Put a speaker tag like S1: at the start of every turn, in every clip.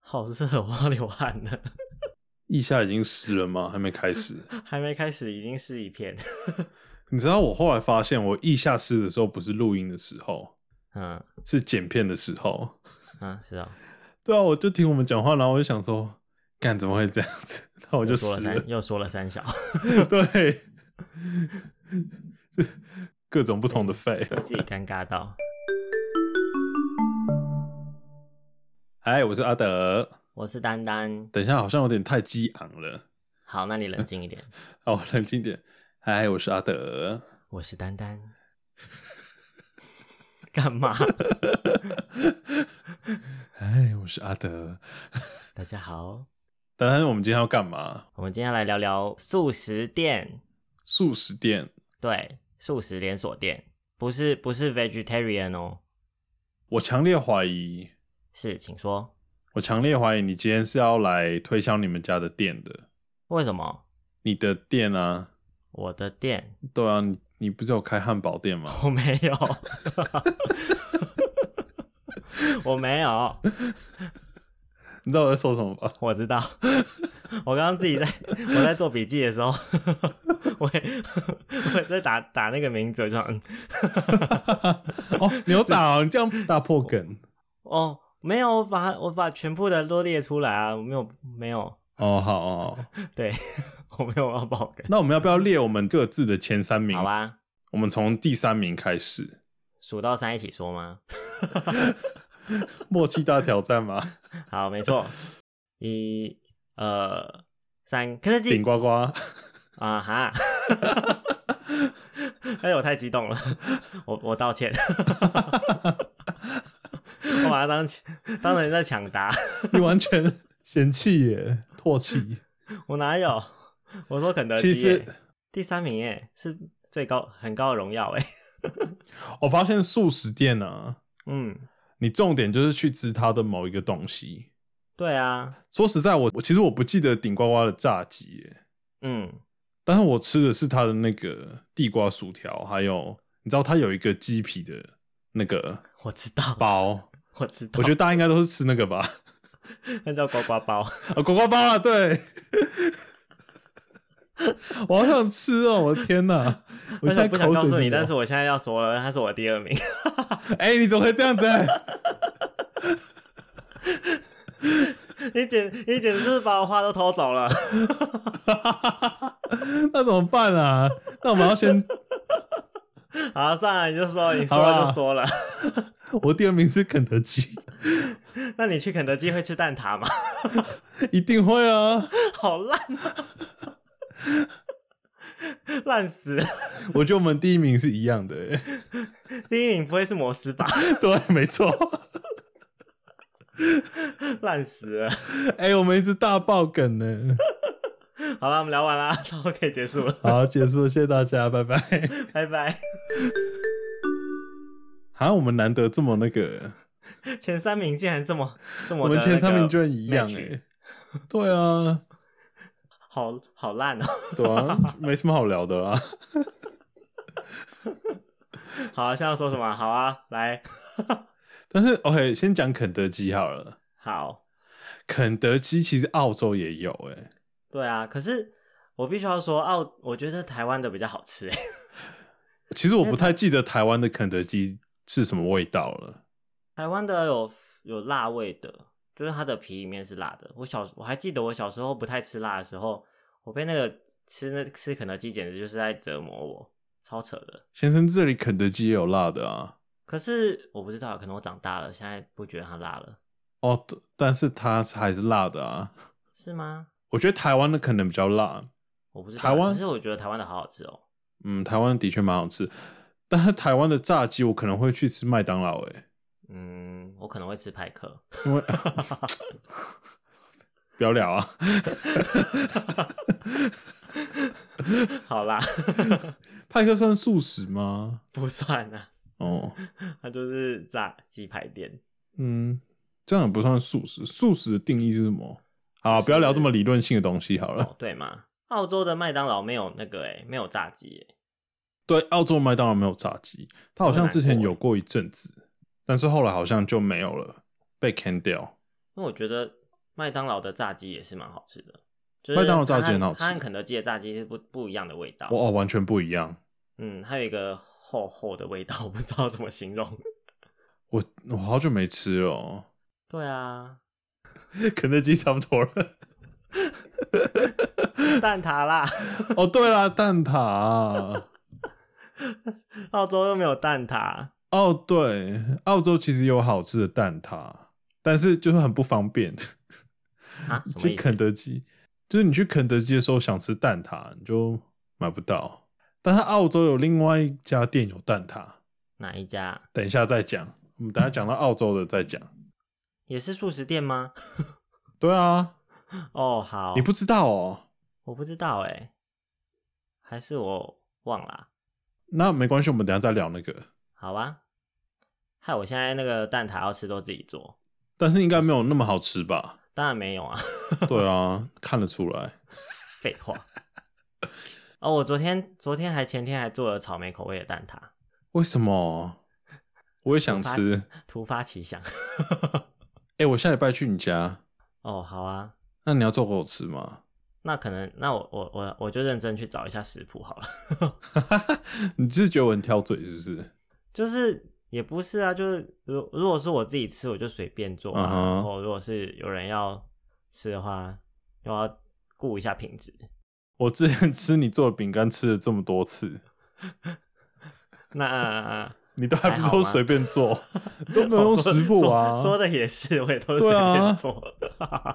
S1: 好热，我要流汗了。
S2: 腋下已经湿了吗？还没开始。
S1: 还没开始，已经是一片。
S2: 你知道我后来发现，我腋下湿的时候不是录音的时候，
S1: 嗯
S2: 是剪片的时候。
S1: 嗯，是啊、
S2: 对啊，我就听我们讲话，然后我就想说，干怎么会这样子？ 然后我
S1: 我
S2: 就
S1: 说了
S2: 湿了
S1: 三，。又说了三小，
S2: 对，各种不同的肺。
S1: 自己尴尬到。
S2: 嗨，我是阿德。
S1: 我是丹丹，
S2: 等一下，好像有点太激昂了。
S1: 好，那你冷静一点。
S2: 好，我冷静点。嗨，我是阿德。
S1: 我是丹丹， 干嘛？
S2: 嗨，我是阿德。
S1: 大家好，
S2: 当然，我们今天要干嘛？
S1: 我们今天来聊聊素食店，
S2: 素食店。
S1: 对，素食连锁店，不是不是 vegetarian 哦，
S2: 我强烈怀疑，
S1: 是，请说，
S2: 我强烈怀疑你今天是要来推销你们家的店的。
S1: 为什么
S2: 你的店啊？
S1: 我的店
S2: 对啊，你你不是有开汉堡店吗？
S1: 我没有， 我没有，
S2: 你知道我在说什么 吧？
S1: 我知道。 我刚刚自己在我在做笔记的时候， 我也 我也在打打那个名字，我就想嗯
S2: 哦，你有打、哦，你这样大破梗。
S1: 哦，没有，我把我把全部的都列出来啊，我没有没有，
S2: 哦，好哦，好
S1: 对 我没有要爆梗，
S2: 那我们要不要列我们各自的前三名？
S1: 好，啊吧，
S2: 我们从第三名开始，
S1: 数到三一起说吗？
S2: 默契大挑战嘛，
S1: 好，没错， 一呃三，肯德
S2: 顶
S1: 基
S2: 呱呱，
S1: 啊哈， 哎，我太激动了，我我道歉， 我把它当当成在抢答，
S2: 你完全嫌弃耶，唾弃。
S1: 我哪有？我说肯德基
S2: 其
S1: 耶、
S2: 实
S1: 第三名耶，是最高很高的荣耀哎、
S2: 我发现素食店啊，
S1: 嗯，
S2: 你重点就是去吃它的某一个东西。
S1: 对啊，
S2: 说实在，我我其实我不记得顶呱呱的炸鸡耶，
S1: 嗯。
S2: 但是我吃的是它的那个地瓜薯条，还有你知道它有一个鸡皮的那个
S1: 我知道，
S2: 包，
S1: 我知道，
S2: 我觉得大家应该都是吃那个吧。
S1: 那叫呱呱包。
S2: 啊，呱呱包啊，对。 我好想吃哦！我的天哪！我
S1: 但是
S2: 现 在
S1: 我不想告
S2: 口
S1: 诉
S2: 水
S1: 你，
S2: 直
S1: 但
S2: 流
S1: 是我现在要说了，他是我第二名。
S2: 哎、你怎么会这样子、
S1: 你简你简直就是把我话都偷走了。
S2: 那怎么办啊？那我们要先，
S1: 好，算了，你就说，你说
S2: 好啦
S1: 了就说了。
S2: 我第二名是肯德基，
S1: 那你去肯德基会吃蛋挞吗？
S2: 一定会啊！
S1: 好烂啊，烂死了！
S2: 我觉得我们第一名是一样的、哎
S1: 第一名不会是摩斯吧？
S2: 对，没错。
S1: 烂死了！
S2: 哎、我们一直大爆梗呢。
S1: 好了，我们聊完啦，差不多可以结束了，
S2: 好，结束了，谢谢大家，拜拜。
S1: 拜拜。
S2: 啊，我们难得这么那个，
S1: 前三名竟然这么这么
S2: 我
S1: 的
S2: 们
S1: 那个，
S2: 前三名居然一样哎、
S1: match
S2: 对啊，
S1: 好好烂哦。
S2: 对啊， 没什么好聊的啦。
S1: 好啊，现在要说什么？好啊，来，
S2: 但是 OK，先讲肯德基好了。
S1: 好。
S2: 肯德基其实澳洲也有、哎，
S1: 对啊，可是我必须要说，澳，我觉得台湾的比较好吃哎。
S2: 其实我不太记得台湾的肯德基是什么味道了。
S1: 台湾的有有辣味的，就是它的皮里面是辣的。我小我还记得我小时候不太吃辣的时候，我被那个吃那吃肯德基简直就是在折磨我，超扯的。
S2: 先生，这里肯德基也有辣的啊。
S1: 可是我不知道，可能我长大了，现在不觉得它辣了，
S2: 哦，对但是它还是辣的啊。
S1: 是吗？
S2: 我觉得台湾的可能比较辣，
S1: 我不知道。
S2: 台湾
S1: 可是我觉得台湾的好好吃哦。
S2: 嗯，台湾的确蛮好吃。但是台湾的炸鸡，我可能会去吃麦当劳、哎，
S1: 嗯，我可能会吃派克。
S2: 因为不要聊啊。
S1: 好啦，
S2: 派克算素食吗？
S1: 不算啦，
S2: 哦，
S1: 它就是炸鸡排 店。
S2: 嗯，这样也不算素食。素食的定义是什么？好，不要聊这么理论性的东西好了。
S1: 哦，对嘛，澳洲的麦当劳没有那个哎、没有炸鸡哎、
S2: 对，澳洲麦当劳没有炸鸡，它好像之前有过一阵子，但是后来好像就没有了，被 can 掉。
S1: 因为我觉得麦当劳的炸鸡也是蛮好吃的，就是
S2: 麦当劳炸
S1: 它
S2: 鸡
S1: 和
S2: 很好吃
S1: 它和肯德基的炸鸡是不不一样的味道。
S2: 哇、哦，完全不一样。
S1: 嗯，它有一个厚厚的味道，我不知道怎么形容。
S2: 我我好久没吃了哦，
S1: 对啊，
S2: 肯德基差不多了。
S1: 蛋挞啦，
S2: 哦，对啦，蛋挞。啊
S1: 澳洲又没有蛋挞。
S2: 哦，对，澳洲其实有好吃的蛋挞，但是就是很不方便。
S1: 啊什么
S2: 去
S1: 意思
S2: 肯德基，就是你去肯德基的时候想吃蛋挞，你就买不到。但是澳洲有另外一家店有蛋挞，
S1: 哪一家？
S2: 等一下再讲。我们等一下讲到澳洲的再讲。
S1: 也是素食店吗？
S2: 对啊，
S1: 哦，好，
S2: 你不知道哦，
S1: 我不知道哎、还是我忘了啊、
S2: 那没关系，我们等一下再聊那个。
S1: 好吧，害我现在那个蛋挞要吃都自己做，
S2: 但是应该没有那么好吃吧？
S1: 当然没有啊，
S2: 对啊，看得出来。
S1: 废话。 哦，我昨天、昨天还前天还做了草莓口味的蛋挞，
S2: 为什么？我也想吃。
S1: 突发奇想。
S2: 哎、我下礼拜去你家，
S1: 哦，好啊，
S2: 那你要做给我吃吗？
S1: 那可能那我我我我就认真去找一下食谱好了。
S2: 你是觉得我很挑嘴是不是？
S1: 就是也不是啊，就是如如果是我自己吃，我就随便做啊。
S2: 嗯哼
S1: 然后如果是有人要吃的话，又要顾一下品质。
S2: 我之前吃你做的饼干吃了这么多次，
S1: 那
S2: 你都还不
S1: 还好
S2: 说
S1: 吗
S2: 随便 做， 都没有用食谱
S1: 说
S2: 啊。
S1: 说的也是，我也都是随
S2: 对啊
S1: 便做。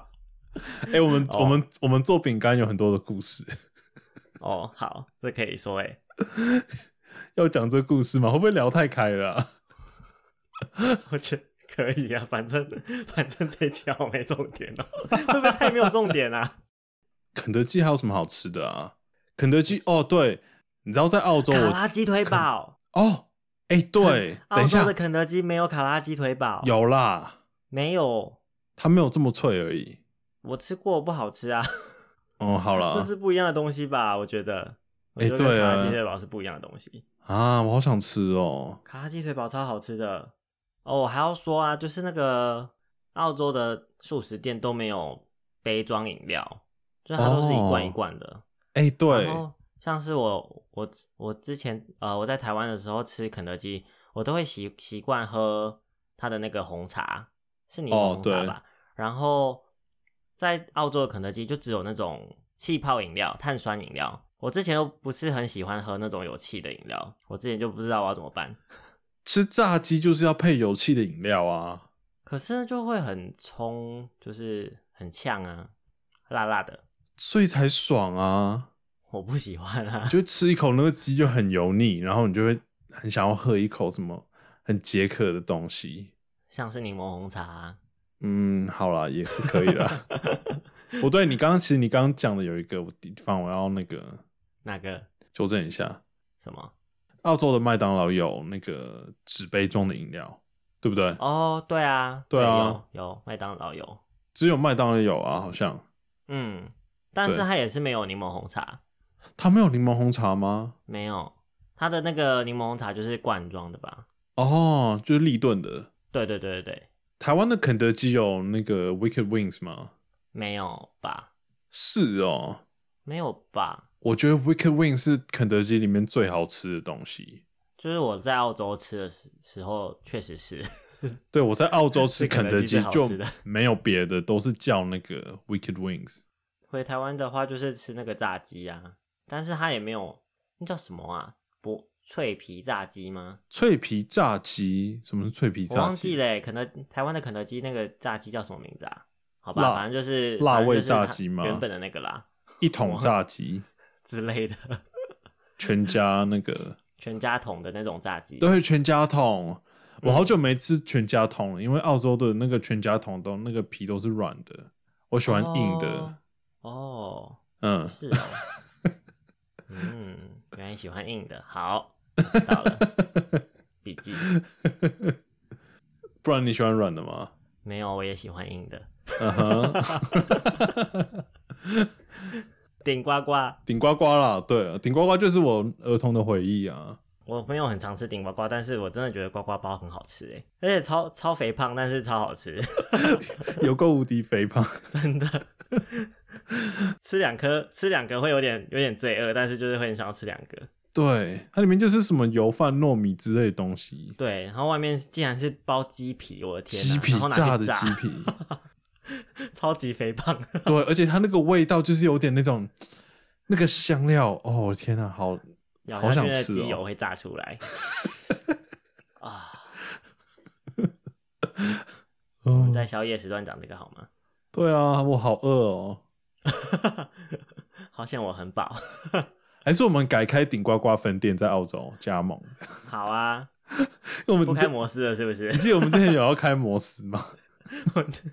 S2: 哎、我们、
S1: 哦
S2: 我们我们做饼干有很多的故事，
S1: 哦，好，这可以说哎、
S2: 要讲这故事吗？会不会聊太开了啊、
S1: 我觉得可以啊，反正反正这一期好像没重点哦、 会不会太没有重点 啊？
S2: 肯德基还有什么好吃的啊？肯德基哦，对，你知道在澳洲
S1: 卡
S2: 我
S1: 拉鸡腿 堡，
S2: 哦，哎、对，等
S1: 澳
S2: 一
S1: 洲
S2: 下
S1: 的肯德基没有卡拉鸡腿堡，
S2: 有啦，
S1: 没有？
S2: 它没有这么脆而已。
S1: 我吃过，不好吃啊，
S2: 哦，好啦，
S1: 这是不一样的东西吧？我觉得，我
S2: 哎
S1: 觉得跟
S2: 对
S1: 卡
S2: 啊
S1: 拉鸡腿堡是不一样的东西。
S2: 啊，我好想吃哦。
S1: 卡拉鸡腿堡超好吃的哦，我还要说啊，就是那个澳洲的素食店都没有杯装饮料，就是它都是一罐一
S2: 哦
S1: 罐的。
S2: 哎、对
S1: 然，后像是我我我之前呃我在台湾的时候吃肯德基，我都会习习惯喝它的那个红茶，是柠檬
S2: 哦
S1: 红茶
S2: 对
S1: 吧？然后在澳洲的肯德基就只有那种气泡饮料、碳酸饮料。我之前又不是很喜欢喝那种有气的饮料，我之前就不知道我要怎么办，
S2: 吃炸鸡就是要配有气的饮料啊。
S1: 可是就会很冲，就是很呛啊，辣辣的，
S2: 所以才爽啊！
S1: 我不喜欢啊。
S2: 就吃一口那个鸡就很油腻，然后你就会很想要喝一口什么很解渴的东西。
S1: 像是柠檬红茶啊、
S2: 嗯，好啦，也是可以 啦。我对你刚刚其实你刚刚讲的有一个地方我要那个
S1: 那个
S2: 纠正一下，
S1: 什么？
S2: 澳洲的麦当劳有那个纸杯装的饮料，对不对？
S1: 哦，对啊，
S2: 对啊，
S1: 有有麦当劳有，
S2: 只有麦当劳有啊，好像
S1: 嗯，但是
S2: 对
S1: 它也是没有柠檬红茶，
S2: 它没有柠檬红茶吗？
S1: 没有它的那个柠檬红茶就是罐装的吧？
S2: 哦，就是立顿的。
S1: 对对对对对，
S2: 台湾的肯德基有那个 Wicked Wings 吗？
S1: 没有吧？
S2: 是哦，
S1: 没有吧？
S2: 我觉得 Wicked Wing 是肯德基里面最好吃的东西。
S1: 就是我在澳洲吃的时时候，确实是
S2: 对我在澳洲吃
S1: 是肯
S2: 肯
S1: 德
S2: 德
S1: 基最
S2: 基
S1: 好
S2: 就
S1: 吃的
S2: 没有别的，都是叫那个 Wicked Wings。
S1: 回台湾的话，就是吃那个炸鸡啊，但是它也没有那叫什么啊？不脆皮炸鸡吗？
S2: 脆皮炸鸡，什么是脆皮炸
S1: 我
S2: 鸡？
S1: 忘记嘞、肯德台湾的肯德基那个炸鸡叫什么名字啊？好吧，
S2: 辣
S1: 反正就是
S2: 辣
S1: 反正
S2: 味
S1: 就是它
S2: 炸鸡吗
S1: 原本的那个啦
S2: 一桶炸鸡，
S1: 之类的。
S2: 全家那个
S1: 全家桶的那种炸鸡。
S2: 对全家桶。
S1: 嗯
S2: 我好久没吃全家桶了，因为澳洲的那个全家桶都那个皮都是软的，我喜欢硬的。
S1: 哦，
S2: 嗯，
S1: 是哦，嗯，原来喜欢硬的，好，知道 了，笔记
S2: 不然你喜欢软的吗？
S1: 没有，我也喜欢硬的，
S2: 嗯哼，
S1: 顶呱呱，
S2: 顶呱呱啦，对，顶呱呱就是我儿童的回忆啊。
S1: 我朋友很常吃顶呱呱，但是我真的觉得呱呱包很好吃哎，而且超超肥胖，但是超好吃，
S2: 有够无敌肥胖。
S1: 真的。 吃两颗，吃两个会有点有点罪恶，但是就是会很想要吃两个。
S2: 对，它里面就是什么油饭、糯米之类的东西，
S1: 对，然后外面竟然是包鸡皮，我的天哪！
S2: 鸡皮
S1: 然后拿去
S2: 炸的
S1: 炸
S2: 鸡皮。
S1: 超级肥胖，
S2: 对，而且它那个味道就是有点那种那个香料，哦天哪、好
S1: 咬
S2: 好
S1: 下
S2: 想
S1: 去那
S2: 吃
S1: 鸡
S2: 哦
S1: 油会炸出 来。啊，我
S2: 哦
S1: 们，在宵夜时段讲这个好吗？
S2: 对啊，我好饿哦。
S1: 好像我很饱。
S2: 还是我们改开顶呱呱分店在澳洲加盟？
S1: 好啊，
S2: 因为我
S1: 不
S2: 们
S1: 开
S2: 这
S1: 摩斯了是不是？
S2: 你记得我们之前有要开摩斯吗？
S1: 不知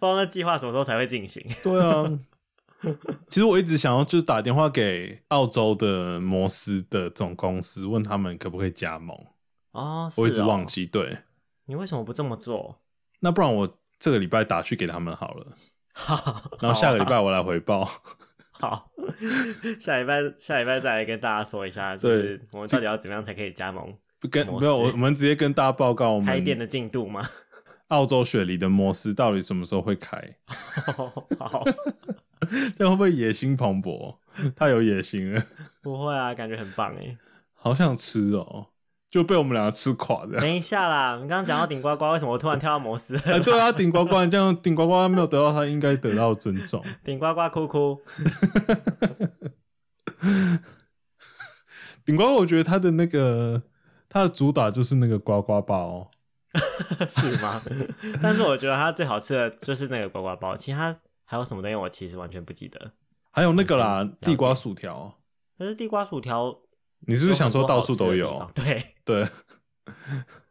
S1: 道那计划什么时候才会进行。
S2: 对啊，其实我一直想要就是打电话给澳洲的摩斯的总公司，问他们可不可以加盟。
S1: 哦，
S2: 我一
S1: 是
S2: 直
S1: 哦
S2: 忘。记，对，
S1: 你为什么不这么做？
S2: 那不然我这个礼拜打去给他们好了，
S1: 好，
S2: 然后下个礼拜我来回报。
S1: 好， 下礼拜下礼拜再来跟大家说一下，就是我们到底要怎么样才可以加盟？
S2: 不跟
S1: 啊摩斯
S2: 没有，我我们直接跟大家报告我
S1: 开
S2: 们
S1: 店的进度吗？
S2: 澳洲雪梨的摩斯到底什么时候会开？
S1: 好，
S2: 这样会不会野心蓬勃？太有野心了，
S1: 不会啊，感觉很棒哎。
S2: 好想吃哦，就被我们两个吃垮的。
S1: 等一下啦，你刚刚讲到顶呱呱，为什么我突然跳到摩斯？
S2: 哎、对啊，顶呱呱，你这样顶呱呱没有得到他应该得到的尊重。
S1: 顶呱呱哭哭，
S2: 顶呱呱，我觉得他的那个他的主打就是那个呱呱包，
S1: 是 吗？但是我觉得它最好吃的就是那个呱呱包，其他还有什么东西我其实完全不记得。
S2: 还有那个啦
S1: 嗯了，解
S2: 地瓜薯条。
S1: 可是地瓜薯条，
S2: 你是不是想说到处都有？
S1: 对，
S2: 对，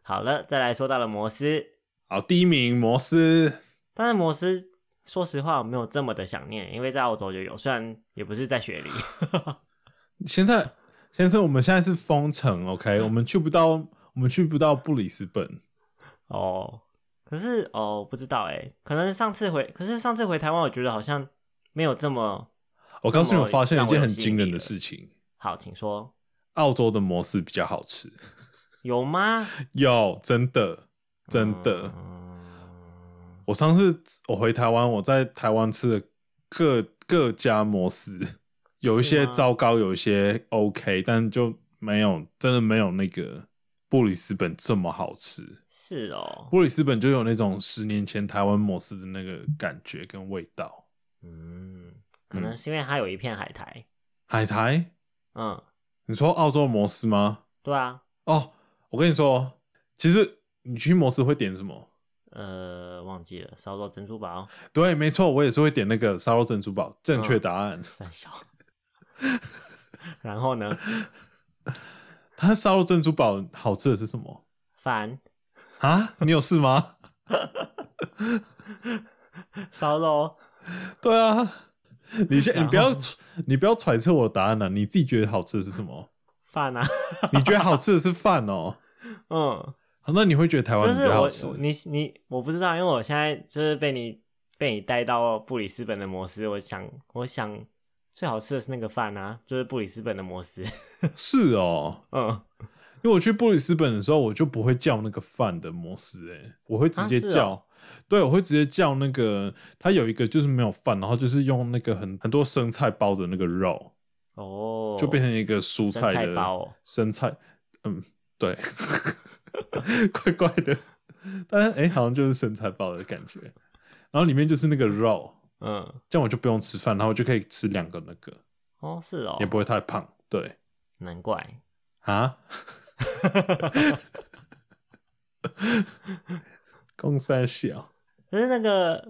S1: 好了，再来说到了摩斯，
S2: 好，第一名摩斯，
S1: 但是摩斯，说实话我没有这么的想念，因为在澳洲就有，虽然也不是在雪梨。
S2: 现在先生，我们现在是封城，OK，我
S1: 嗯
S2: 们去不到，我们去不到布里斯本。
S1: 哦，可是哦，不知道哎，可能上次回，可是上次回台湾，我觉得好像没有这么
S2: 我告诉你，
S1: 这么
S2: 我发现一件
S1: 让我有
S2: 很
S1: 吸
S2: 惊
S1: 引力
S2: 人的
S1: 了
S2: 事情：
S1: 好，请说，
S2: 澳洲的摩斯比较好吃，
S1: 有吗？
S2: 有真的 真的。
S1: 嗯
S2: 我上次我回台湾，我在台湾吃的各各家摩斯，有一些
S1: 是吗
S2: 糟糕，有一些 OK，但就没有真的没有那个布里斯本这么好吃。
S1: 是哦，
S2: 布里斯本就有那种十年前台湾摩斯的那个感觉跟味道。
S1: 嗯，可能是因为它有一片海苔。
S2: 海苔，
S1: 嗯，
S2: 你说澳洲摩斯吗？
S1: 对啊，
S2: 哦，我跟你说，哦其实你去摩斯会点什么？
S1: 呃，忘记了烧肉珍珠堡，
S2: 对，没错，我也是会点那个烧肉珍珠堡。正
S1: 嗯
S2: 确答案，
S1: 三小。 然后呢，
S2: 它烧肉珍珠堡好吃的是什么
S1: 饭、
S2: 啊？你有事吗？
S1: 烧肉，
S2: 对啊，你先，
S1: 然
S2: 你
S1: 后
S2: 不要揣，你不要揣测我的答案了、你自己觉得好吃的是什 么？
S1: 饭啊，
S2: 你觉得好吃的是饭哦、
S1: 嗯，
S2: 好那你会觉得台湾
S1: 就
S2: 比
S1: 是
S2: 较好
S1: 我
S2: 吃？
S1: 你你我不知道，因为我现在就是被你被你带到布里斯本的摩斯，我想我想最好吃的是那个饭啊，就是布里斯本的摩斯，
S2: 是哦、
S1: 嗯，
S2: 因为我去布里斯本的时候，我就不会叫那个饭的摩斯、欸，我会直接
S1: 啊是哦
S2: 叫，对，我会直接叫那个，它有一个就是没有饭，然后就是用那个很很多生菜包着那个肉，
S1: 哦，
S2: 就变成一个蔬
S1: 生
S2: 菜
S1: 菜
S2: 的
S1: 包哦
S2: 生菜嗯，对， 怪怪的，但是哎、欸好像就是生菜包的感觉，然后里面就是那个肉，
S1: 嗯，
S2: 这样我就不用吃饭，然后我就可以吃两个那个，
S1: 哦是哦，
S2: 也不会太胖，对
S1: 难怪，
S2: 啊， 公三小，
S1: 可是那个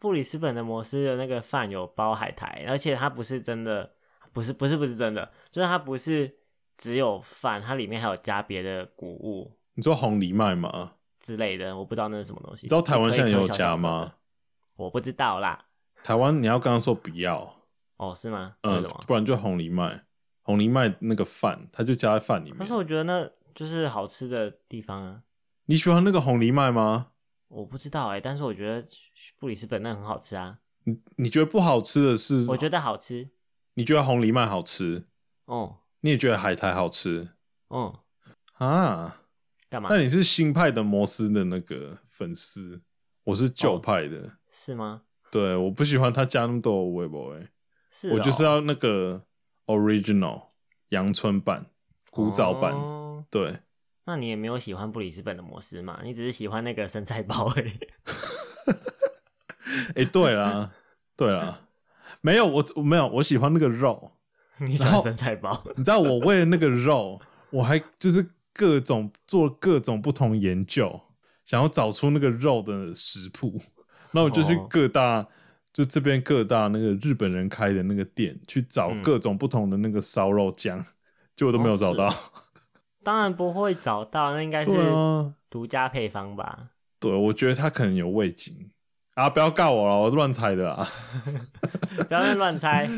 S1: 布里斯本的摩斯的那个饭有包海苔，而且它不是真的，不是不是不是真的，就是它不是只有饭，它里面还有加别的谷物
S2: 你说红藜麦吗？
S1: 之类的，我不知道那是什么东西。
S2: 你知道台湾
S1: 一颗一
S2: 现在
S1: 颗
S2: 有
S1: 小小
S2: 加
S1: 颗的
S2: 吗？？
S1: 我不知道啦。
S2: 台湾你要刚刚说不要，
S1: 哦，是吗？为
S2: 嗯
S1: 什么，？
S2: 不然就红藜麦，红藜麦那个饭，它就加在饭里
S1: 可
S2: 面
S1: 是。我觉得那就是好吃的地方啊，
S2: 你喜欢那个红藜麦吗？
S1: 我不知道哎、但是我觉得布里斯本那很好吃啊，
S2: 你你觉得不好吃的是？
S1: 我觉得好吃。
S2: 你觉得红藜麦好吃？
S1: 哦，
S2: 你也觉得海苔好吃
S1: 嗯，
S2: 啊？
S1: 干嘛
S2: 那？你是新派的摩斯的那个粉丝，我是旧派的。
S1: 是吗？
S2: 对，我不喜欢他加那么多微博、欸，
S1: 是、哦
S2: 我就是要那个 original 阳春版、古早版。
S1: 哦
S2: 对，
S1: 那你也没有喜欢布里斯本的摩斯嘛？你只是喜欢那个生菜包而已。
S2: 哎、对啦，对啦，没有我，我没有，我喜欢那个肉。
S1: 你喜欢生菜包？
S2: 你知道我为了那个肉，我还就是各种做各种不同研究，想要找出那个肉的食谱。那我就去
S1: 哦
S2: 各大，就这边各大那个日本人开的那个店去找
S1: 嗯
S2: 各种不同的那个烧肉酱，结果都没有
S1: 哦
S2: 找
S1: 是
S2: 到。
S1: 当然不会找到，那应该是
S2: 对啊，
S1: 独家配方吧？
S2: 对，我觉得他可能有味精啊！不要告我了，我乱猜的啦，
S1: 不要再乱猜，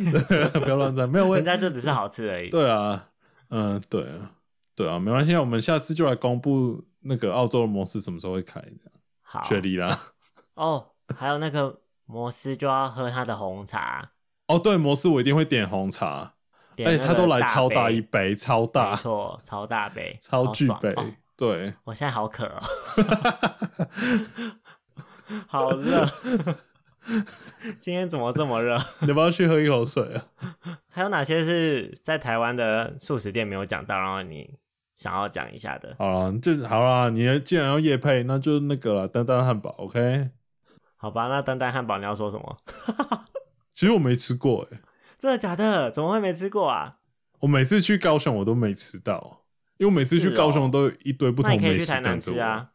S2: 不要乱猜，没有味
S1: 人。家就只是好吃而已。
S2: 对啊，嗯、对啊，对啊，没关系，啊，我们下次就来公布那个澳洲的模式什么时候会开的。
S1: 好，
S2: 雪梨啦。
S1: 哦，还有那个摩斯就要喝他的红茶，
S2: 哦，对，摩斯我一定会点红茶，
S1: 点
S2: 而且
S1: 那
S2: 他都
S1: 个
S2: 来超大
S1: 杯
S2: 一，杯，超
S1: 没
S2: 大，
S1: 错，超大杯，
S2: 超
S1: 好
S2: 巨
S1: 爽
S2: 杯
S1: 哦。
S2: 对，
S1: 我现在好渴 哦， 好 热，今天怎么这么热？
S2: 你要不要去喝一口水啊？
S1: 还有哪些是在台湾的素食店没有讲到，然后你想要讲一下的？
S2: 好了，就好啦。你既然要夜配，那就那个啦，丹丹汉堡，OK？
S1: 好吧，那丹丹汉堡你要说什么？
S2: 其实我没吃过、欸，
S1: 真的假的？怎么会没吃过啊？
S2: 我每次去高雄我都没吃到，因为我每次去
S1: 是哦
S2: 高雄都有一堆不
S1: 那
S2: 同
S1: 你可以
S2: 美
S1: 去
S2: 食
S1: 台南
S2: 等着
S1: 吃
S2: 我。
S1: 啊。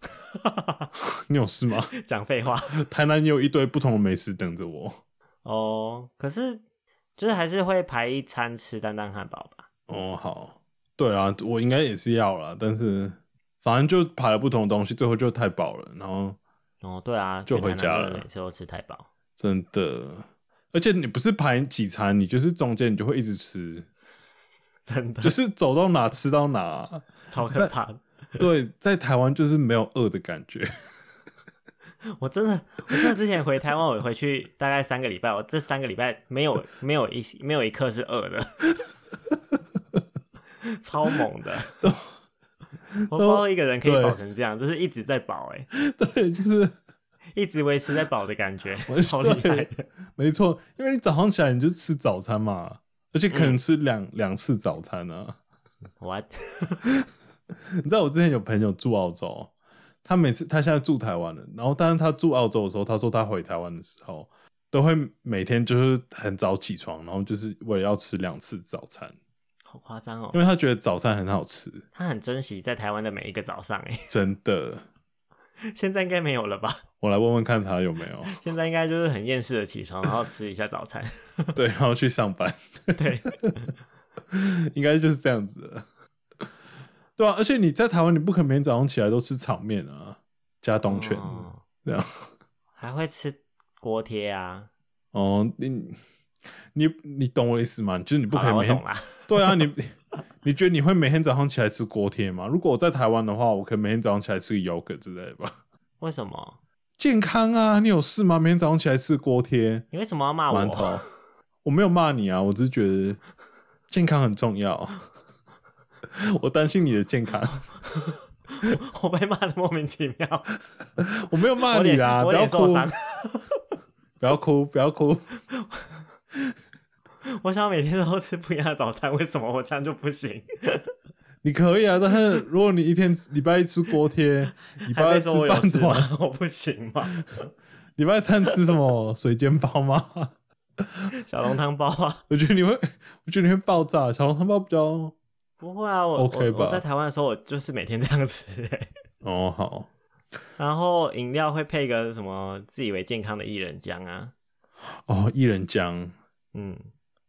S2: 你有事 吗？
S1: 讲废话
S2: 台南也有一堆不同的美食等着我。
S1: 哦，可是就是还是会排一餐吃丹丹汉堡吧。
S2: 哦，好，对啊，我应该也是要啦，但是反正就排了不同的东西，最后就太饱了，然后
S1: 哦，对啊，
S2: 就
S1: 去台
S2: 回
S1: 南
S2: 家
S1: 真的
S2: 了
S1: 每次都吃太饱。
S2: 真的，而且你不是排几餐，你就是中间你就会一直吃，
S1: 真的
S2: 就是走到哪吃到哪。
S1: 超可怕的，
S2: 对，在台湾就是没有饿的感觉。
S1: 我真的，我真的之前回台湾，我回去 大概三个礼拜，我这三个礼拜没 有没有一没有一刻是饿的，超猛的，我不知道一个人可以
S2: 对
S1: 饱成这样，就是一直在饱，哎，
S2: 对，就是
S1: 一直维持在饱的感觉，
S2: 我
S1: 好厉害的，
S2: 没错，因为你早上起来你就吃早餐嘛，而且可能吃两两、次早餐啊。
S1: 我
S2: 你知道我之前有朋友住澳洲，他每次他现在住台湾了，然后但是他住澳洲的时候，他说他回台湾的时候都会每天就是很早起床，然后就是为了要吃两次早餐，
S1: 好夸张
S2: 因
S1: 哦，
S2: 为他觉得早餐很好吃，
S1: 他很珍惜在台湾的每一个早上，哎，
S2: 真的。
S1: 现在应该没有了吧？
S2: 我来问问看他有没 有
S1: 现在应该就是很厌世的起床，然后吃一下早 餐，
S2: 对，然后去上班，
S1: 对，
S2: 应该就是这样子了。对啊，而且你在台湾，你不可能每天早上起来都吃炒面啊，加冬卷。
S1: 哦
S2: 这样
S1: 还会吃锅贴啊，
S2: 哦，你你你懂我意思吗？就是你不可
S1: 好
S2: 以
S1: 啦我
S2: 每天
S1: 懂啦。
S2: 对啊，你 你觉得你会每天早上起来吃锅贴吗？如果我在台湾的话，我可能每天早上起来吃个 yogurt 之类的吧。
S1: 为什么？
S2: 健康啊，你有事吗？每天早上起来吃锅贴、
S1: 你为什么要骂我？
S2: 馒头，我没有骂你啊，我只是觉得健康很重要。 我担心你的 健康，
S1: 我被骂的莫名其妙，
S2: 我没有骂
S1: 我
S2: 你
S1: 脸
S2: 啦，
S1: 我
S2: 不要
S1: 脸受
S2: 哭，
S1: 伤。
S2: 不要哭，不要哭。
S1: 我想每天都吃不一样的早餐，为什么我这样就不行？
S2: 你可以啊，但是如果你一天吃礼拜一吃锅贴，礼
S1: 还
S2: 拜二
S1: 被
S2: 吃
S1: 说我有
S2: 饭
S1: 事吗
S2: 团，？
S1: 我不行吗？
S2: 礼拜三吃什么水煎包吗？
S1: 小笼汤包啊，
S2: 我觉得你会，我觉得你会爆炸。小笼汤包比较哦
S1: 不会啊，我
S2: OK
S1: 我
S2: 吧
S1: 我在台湾的时候，我就是每天这样吃、欸
S2: 哦好，
S1: 然后饮料会配个什么自以为健康的薏仁浆啊，
S2: 哦薏仁浆，
S1: 嗯，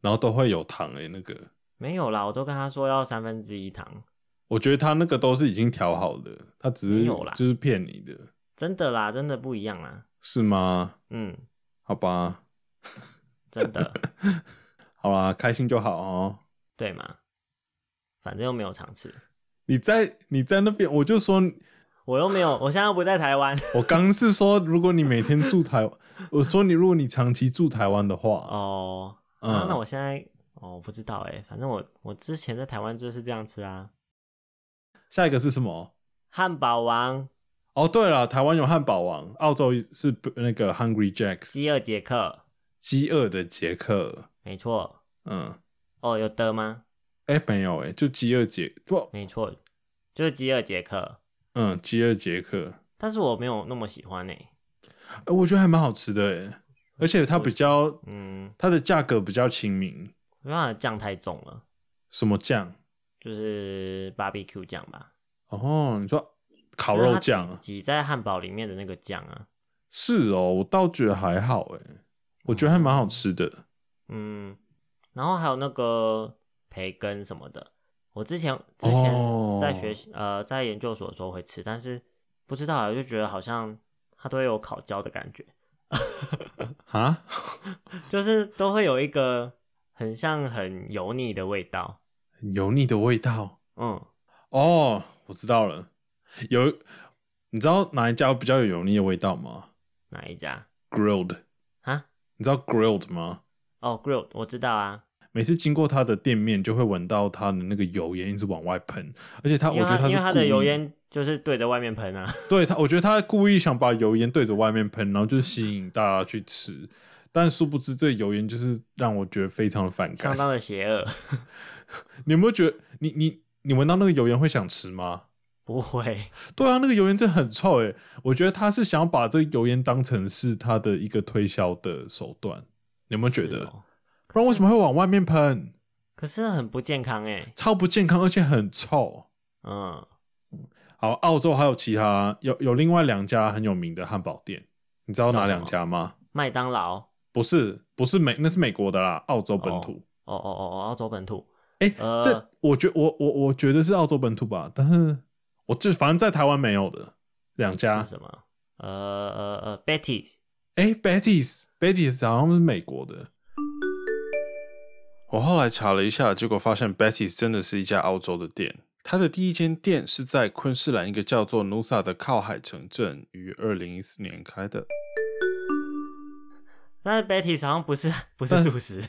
S2: 然后都会有糖欸诶、那个
S1: 没有啦，我都跟他说要三分之一糖，
S2: 我觉得他那个都是已经调好的，他只
S1: 没
S2: 是
S1: 有啦
S2: 就是骗你的，
S1: 真的啦，真的不一样啦，
S2: 是吗？
S1: 嗯，
S2: 好吧，
S1: 真 的，
S2: 好啦，开心就好哦。
S1: 对嘛，反正又没有常吃。
S2: 你在你在那边，我就说，
S1: 我又没有，我现在又不在台湾。
S2: 我刚是说，如果你每天 住台，我说你如果你长期住台湾的话，
S1: 哦，
S2: 嗯
S1: 啊那我现在哦，我不知道哎、反正我我之前在台湾就是这样吃啊，
S2: 下一个是什么？
S1: 汉堡王、
S2: 哦，对了，台湾有汉堡王，澳洲是那个 Hungry Jacks，
S1: 饥饿杰克，
S2: 饥饿的杰克。
S1: 没错。
S2: 嗯，
S1: 哦，有的吗？
S2: 哎、没有哎、就饥饿杰不，
S1: 没错，就是饥饿杰克，
S2: 嗯，饥饿杰克，
S1: 但是我没有那么喜欢哎、
S2: 哎、我觉得还蛮好吃的哎、而且它比较，
S1: 嗯，
S2: 它的价格比较亲民，
S1: 因为它的酱太重了，
S2: 什么酱？
S1: 就是 barbecue 酱吧，
S2: 哦，你说烤
S1: 就是
S2: 肉
S1: 它挤
S2: 酱啊？
S1: 挤在汉堡里面的那个酱啊，
S2: 是哦，我倒觉得还好哎、我觉得还蛮好吃的。
S1: 嗯，然后还有那个培根什么的，我之前之前
S2: 哦
S1: 在学、呃在研究所的时候会吃，但是不知道啊，我就觉得好像它都会有烤焦的感觉，
S2: 啊，
S1: 就是都会有一个很像很油腻的味道，
S2: 很油腻的味道
S1: 嗯，
S2: 哦，我知道了。有，你知道哪一家比较有油腻的味道吗
S1: 哪一家
S2: ？Grilled，
S1: 啊？
S2: 你知道 Grilled 吗？
S1: 哦，grill 我知道啊，
S2: 每次经过他的店面，就会闻到他的那个油烟一直往外喷，而且他，啊我
S1: 因为
S2: 觉得
S1: 它
S2: 他
S1: 因
S2: 是
S1: 为它的
S2: 故意
S1: 油，烟就是对着外面喷啊，
S2: 对他，我觉得他故意想把油烟对着外面喷，然后就是吸引大家去吃，但殊不知这油烟就是让我觉得非常的反感
S1: 相。当的邪 恶。
S2: 你有没有觉得你你你闻到那个油烟会想吃吗？
S1: 不会，
S2: 对啊，那个油烟真的很臭诶、我觉得他是想把这个油烟当成是他的一个推销的手段，你有没有觉
S1: 是
S2: 得？
S1: 哦
S2: 不然为什么会往外面喷？
S1: 可是很不健康哎、
S2: 超不健康，而且很臭。
S1: 嗯，
S2: 好，澳洲还有其他有有另外两家很有名的汉堡店，你知道哪两家吗？
S1: 麦当劳，哦
S2: 不是，不是美，那是美国的啦，澳洲本土。
S1: 哦哦哦哦，澳洲本土，
S2: 哎、
S1: 呃
S2: 这我觉我我我觉得是澳洲本土吧，但是我就反正在台湾没有的两家
S1: 是。什么？呃呃呃，Betty，
S2: 哎、b e t t y s b e t t y s 好像是美国的。我后来查了一下，结果发现 Betty's 真的是一家澳洲的店。它的第一间店是在昆士兰一个叫做 Noosa 的靠海城镇，于二零一四年开的。
S1: 但是 Betty 好像不是 不是
S2: 但
S1: 素食，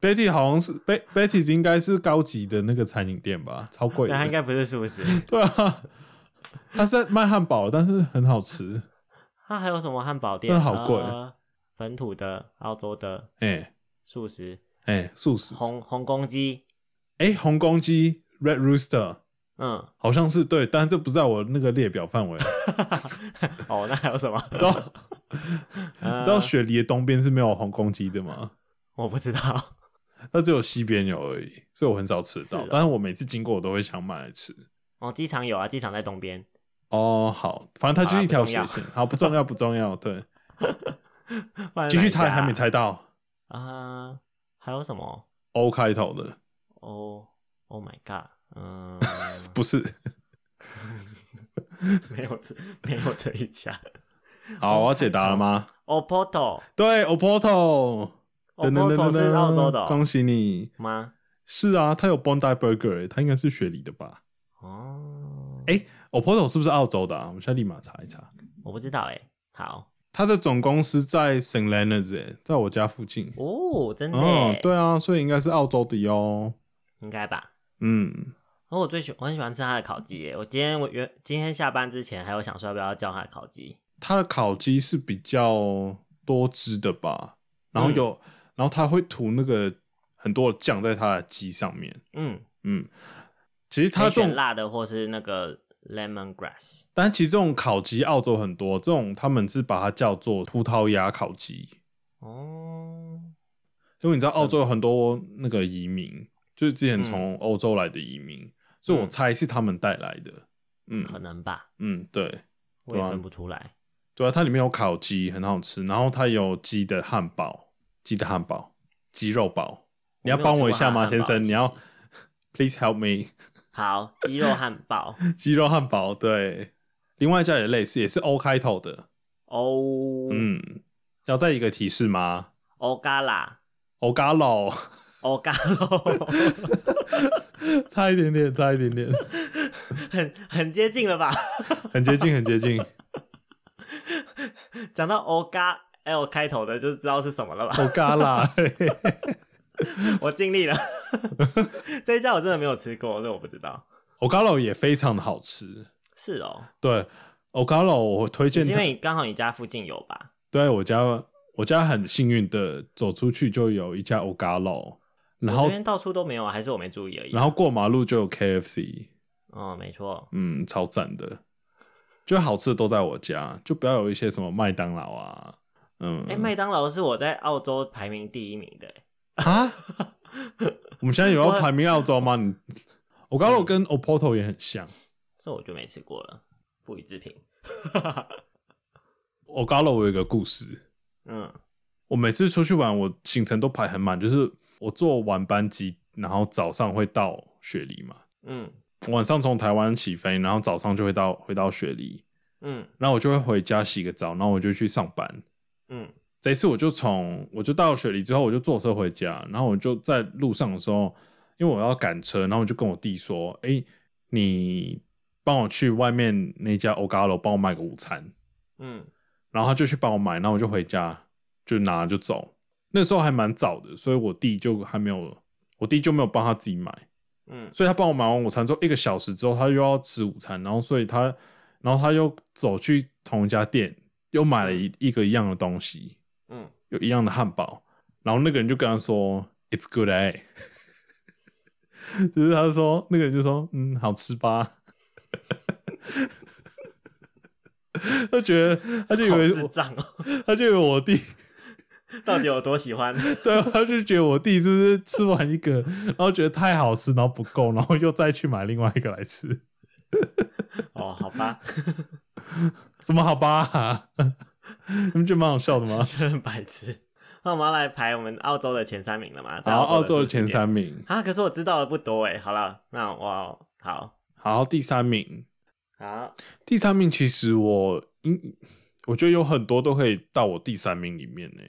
S2: Betty 好像是 Bet Betty 应该是高级的那个餐饮店吧，超贵
S1: 但它应
S2: 的。
S1: 该不是素 食。
S2: 对啊，它是在卖汉堡，但是很好吃。
S1: 它还有什么汉堡店？
S2: 真的好贵
S1: 呃本土的、澳洲的
S2: 哎、
S1: 素食，
S2: 哎、素食。
S1: 红红公鸡，
S2: 哎、红公鸡 Red Rooster
S1: 嗯，
S2: 好像是对，但这不在我那个列表范围。
S1: 哦，那还有什么？
S2: 你 知道
S1: 啊
S2: 你知道雪梨的东边是没有红公鸡的吗？
S1: 我不知道。
S2: 它只有西边有而已，所以我很少吃到。
S1: 是哦
S2: 但是我每次经过，我都会想买来吃。
S1: 哦，机场有啊，机场在东边。
S2: 哦，好，反正它就是一条
S1: 啊不
S2: 斜
S1: 重要
S2: 线，好不重要，不 重要。对，
S1: 不然
S2: 继续
S1: 哪一
S2: 猜，
S1: 家
S2: 还没猜到
S1: 啊？还有什么
S2: O 开头的，
S1: ？Oh Oh my god！嗯，
S2: 不是。
S1: 没有这没有这一家。
S2: 好，我要解答了吗？
S1: Opoto
S2: 对，Oporto，噔噔噔噔
S1: Opoto 是澳洲的哦
S2: 噔恭喜你。
S1: 吗？
S2: 是啊，它有 Bondi Burger，它应该是雪梨的吧
S1: 哦，
S2: 哎？Oporto 是不是澳洲的啊？我们现在立马查一查。
S1: 我不知道哎、好
S2: 它的总公司在 St Leonards，欸在我家附近。
S1: 哦，真的、
S2: 哦
S1: 欸，，
S2: 对啊，所以应该是澳洲的哦。
S1: 应该吧。
S2: 嗯，
S1: 然后我最喜我很喜欢吃他的烤鸡耶，我今天我原今天下班之前还有想说要不要叫他的烤鸡，
S2: 它的烤鸡是比较多汁的吧，
S1: 嗯
S2: 然后有，然后它会涂那个很多的酱在它的鸡上面。
S1: 嗯，
S2: 嗯，其实它
S1: 可以
S2: 这
S1: 选
S2: 种，
S1: 辣的或是那个 lemon grass，
S2: 但其实这种烤鸡澳洲很多，这种他们是把它叫做葡萄牙烤鸡，
S1: 哦，
S2: 因为你知道澳洲有很多那个移民，就是之
S1: 嗯
S2: 前从欧洲来的移民，所以我猜是他们带来的。嗯
S1: 可能吧，
S2: 嗯，对。
S1: 我也
S2: 对啊
S1: 分不出来。
S2: 对啊，它里面有烤鸡，很好吃，然后它有鸡的汉堡，鸡的汉堡，鸡肉堡。你要帮我一下吗，
S1: 没
S2: 先
S1: 有吃过他的汉堡
S2: 生？你
S1: 其
S2: 要
S1: 实
S2: please help me，
S1: 好，鸡肉汉堡
S2: 鸡肉汉堡。对，另外一家也类似，也是 O 开头的。
S1: 哦，
S2: 嗯，要再一个提示吗
S1: 欧嘎啦，
S2: o g a l o
S1: 欧嘎喽，
S2: 差一点点，差一点点，
S1: 很很接近了吧？
S2: 很接近，很 接近。
S1: 哦哎讲到欧嘎 L 开头的，就知道是什么了吧？
S2: o g a l a
S1: 我尽力了。 这一家我真的没有吃过，这我不知道。
S2: o g a l o 也非常的好吃。
S1: 是哦，
S2: 对 o g a l o 我推
S1: 是
S2: 荐
S1: 因
S2: 它。
S1: 为你刚好你家附近有吧？
S2: 对我家，我家很幸运的走出去就有一家 o g a l o 然
S1: 我
S2: 后
S1: 这边到处都没有啊，还是我没注意而已。
S2: 然后过马路就有 KFC，
S1: 哦，没错，
S2: 嗯，超赞的。就好吃的都在我家，就不要有一些什么麦当劳啊，嗯，
S1: 哎、麦当劳是我在澳洲排名第一名的、欸。
S2: 啊， 我们现在有要
S1: 我
S2: 排名澳洲吗？你，我刚刚跟 Oporto 也很像，
S1: 这我就没吃过了，不予置评。
S2: 我刚刚我有一个故事，
S1: 嗯，
S2: 我每次出去玩，我行程都排很满，就是我坐晚班机，然后早上会到雪梨嘛，
S1: 嗯
S2: 晚上从台湾起飞，然后早上就会到回到雪梨，
S1: 嗯
S2: 然后我就会回家洗个澡，然后我就去上班。
S1: 嗯
S2: 这一次我就从我就到雪梨之后，我就坐车回家，然后我就在路上的时候，因为我要赶车，然后我就跟我弟说：“哎、你帮我去外面那家 o g a l o 帮我买个午餐。
S1: 嗯，”
S2: 然后他就去帮我买，然后我就回家就拿了就走。那时候还蛮早的，所以我弟就还没有，我弟就没有帮他自己买，
S1: 嗯，
S2: 所以他帮我买完午餐之后，一个小时之后他又要吃午餐，然后所以他，然后他又走去同一家店又买了一一个一样的东西，
S1: 嗯，
S2: 有一样的汉堡，然后那个人就跟他说 "It's good, eh？" 就是他说那个人就说嗯，好吃吧。 他觉得他就以
S1: 好
S2: 为
S1: 智
S2: 我
S1: 障哦、
S2: 他就以为我弟，
S1: 到底有多喜欢？
S2: 对，啊他就觉得我弟就是吃完一个，然后觉得太好吃，然后不够，然后又再去买另外一个来吃，
S1: 哦，好吧，
S2: 怎么好吧、 你们觉得蛮好笑的吗？
S1: 真的很白痴。那我们要来排我们澳洲的前三名了嘛？在
S2: 然后澳洲的
S1: 出
S2: 前
S1: 去点
S2: 三名，
S1: 啊，可是我知道的不多哎。好了，那我好
S2: 好，第三名，
S1: 好，
S2: 第三名其实我应我觉得有很多都可以到我第三名里面呢。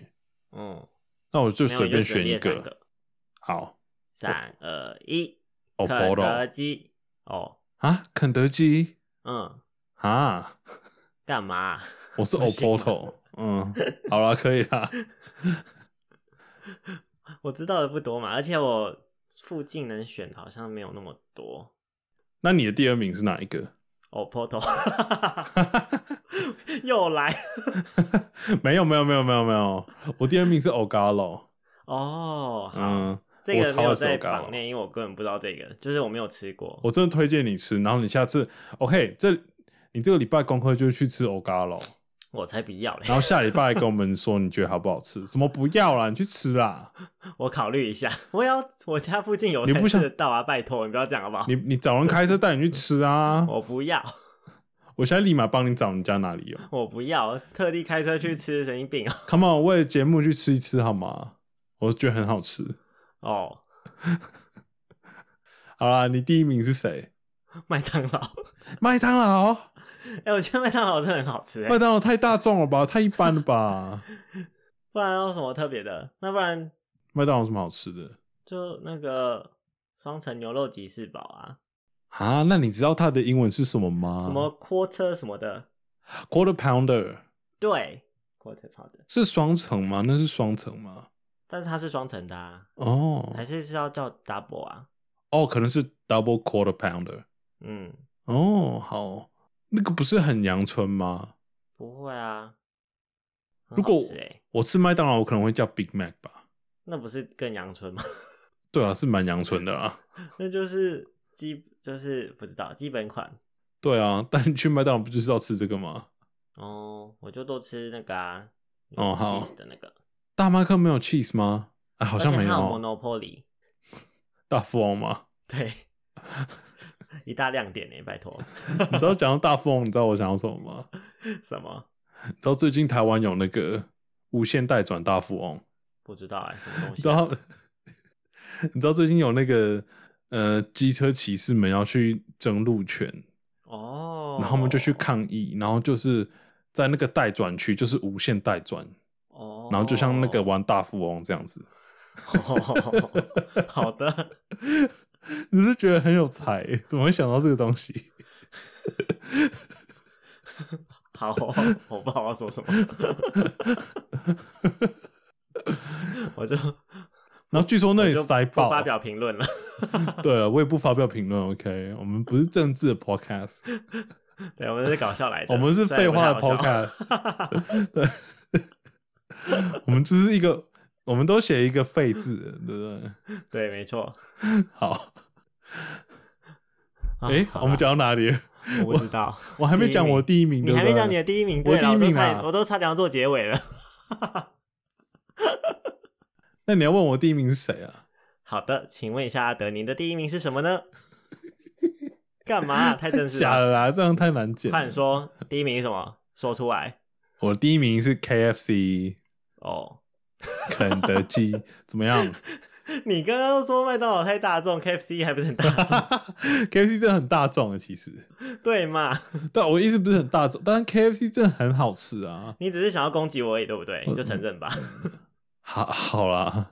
S1: 嗯，
S2: 那我就
S1: 没有
S2: 随便选一
S1: 你就只能列三
S2: 个。好
S1: 三二一，
S2: 哦
S1: 肯德
S2: ，OPPO
S1: 基哦，
S2: 啊，肯德基
S1: 嗯，
S2: 啊，
S1: 干嘛？
S2: 我是
S1: 不行吗
S2: OPPO。嗯，好了，可以啦。
S1: 我知道的不多嘛，而且我附近能选的好像没有那么多。
S2: 那你的第二名是哪一个？
S1: 哦，Porto，又来
S2: 没有，没有，没有，没有，没有。我第二名是 Ogalo。
S1: 哦，好，
S2: 嗯，
S1: 这
S2: 我
S1: 个没
S2: 超
S1: 有
S2: 爱吃
S1: 在
S2: Ogalo
S1: 榜。内，因为我根本不知道这个，就是我没有吃过。
S2: 哦我真的推荐你吃，然后你下次 OK，这你这个礼拜功课就去吃 Ogalo，
S1: 我才不要嘞
S2: 然，后下礼拜跟我们说你觉得好不好吃？什么不要啦，你去吃啦。
S1: 我考虑一下。我要我家附近有
S2: 你
S1: 才
S2: 不
S1: 吃
S2: 想
S1: 得到啊，拜托你不要这样好不好？
S2: 你你找人开车带你去吃啊！
S1: 我不要，
S2: 我现在立马帮你找你家哪里有。
S1: 我不要，特地开车去吃，神经病 啊！
S2: Come on，为了节目去吃一吃好吗？我觉得很好吃。
S1: 哦，
S2: 好啦，你第一名是谁？
S1: 麦当劳，
S2: 麦当劳，
S1: 哎、我觉得麦当劳真的很好吃、
S2: 麦
S1: 欸，
S2: 当劳太大众了吧，太一般了吧？
S1: 不然有什么特别的？那不然
S2: 麦当劳有什么好吃的
S1: 就那个双层牛肉吉士堡啊，
S2: 啊？那你知道它的英文是什么吗？
S1: 什么 quarter 什么的，
S2: quarter pounder
S1: 对，quarter powder，
S2: 是双层吗？那是双层吗？
S1: 但是它是双层的啊，
S2: 哦
S1: 还是是要叫 double 啊？
S2: 哦，可能是 double quarter pounder。
S1: 嗯，
S2: 哦，好，那个不是很阳春吗？
S1: 不会啊，很
S2: 如果
S1: 好吃欸
S2: 我吃麦当劳，我可能会叫 Big Mac 吧。
S1: 那不是更阳春吗？
S2: 对啊，是蛮阳春的啦。
S1: 那就是基就是不知道基本款
S2: 对啊， 但你去麦当劳不就是要吃这个吗？
S1: 哦，我就都吃那个啊，
S2: 哦
S1: 有
S2: 好
S1: cheese 的那个，
S2: 大麦克没有 cheese 吗？啊，好
S1: 好
S2: 像没有。
S1: monopoly，
S2: 大富翁吗？
S1: 对， 一大亮点呢、欸拜托，
S2: 你知道讲到大富翁，你知道我想要什么吗？
S1: 什么
S2: 你知道最近台湾有那个无限代转大富翁，
S1: 不知道哎、什么东
S2: 你
S1: 西
S2: 知
S1: 啊、
S2: 道？ 你知道最近有那个呃机车骑士们要去争路权，
S1: 哦，
S2: 然后他们就去抗议，然后就是在那个代转区就是无限代转，
S1: 哦，
S2: 然后就像那个玩大富翁这样子，
S1: 哦 好的，
S2: 你是觉得很有才、怎么会想到这个东西？
S1: 好哦，我不知道我要说什么，我就
S2: 然后据 说那里
S1: 我就
S2: 塞
S1: 不
S2: 爆，啊
S1: 发表评论了。
S2: 对啊了，我也不发表评论。OK，我们不是政治的 podcast，
S1: 对，我们是搞笑来的，
S2: 我们是
S1: 虽然
S2: 废话
S1: 不
S2: 的
S1: 太好笑
S2: podcast。对， 我们就是一个，我们都写一个“废”字，对不
S1: 对，没错。
S2: 对？好，
S1: 啊
S2: 哎、
S1: 好啦
S2: 我们讲到哪里了？
S1: 我不知道，
S2: 我还没讲我第一名，
S1: 你
S2: 对不
S1: 还没
S2: 对
S1: 讲你的第一名，
S2: 我
S1: 对啦
S2: 第一
S1: 我都
S2: 名
S1: 差
S2: 啊
S1: 点我都差点要做结尾了。
S2: 那你要问我第一名是谁啊？
S1: 好的，请问一下阿德，您的第一名是什么呢？干嘛啊、太正 式
S2: 假
S1: 了。
S2: 的啦，这样太难剪了。
S1: 快点说，第一名是什么？说出来
S2: 我第一名是 KFC
S1: 哦。
S2: 肯德基，怎么 样
S1: 你刚刚说麦当劳太大众，KFC 还不是很大 众，
S2: ？KFC 真的很大众的，啊其实。
S1: 对嘛？
S2: 但啊我意思不是很大众，但是 KFC 真的很好吃啊。
S1: 你只是想要攻击我而已，对不对？
S2: 我
S1: 你就承认吧。
S2: 嗯 好，好啦，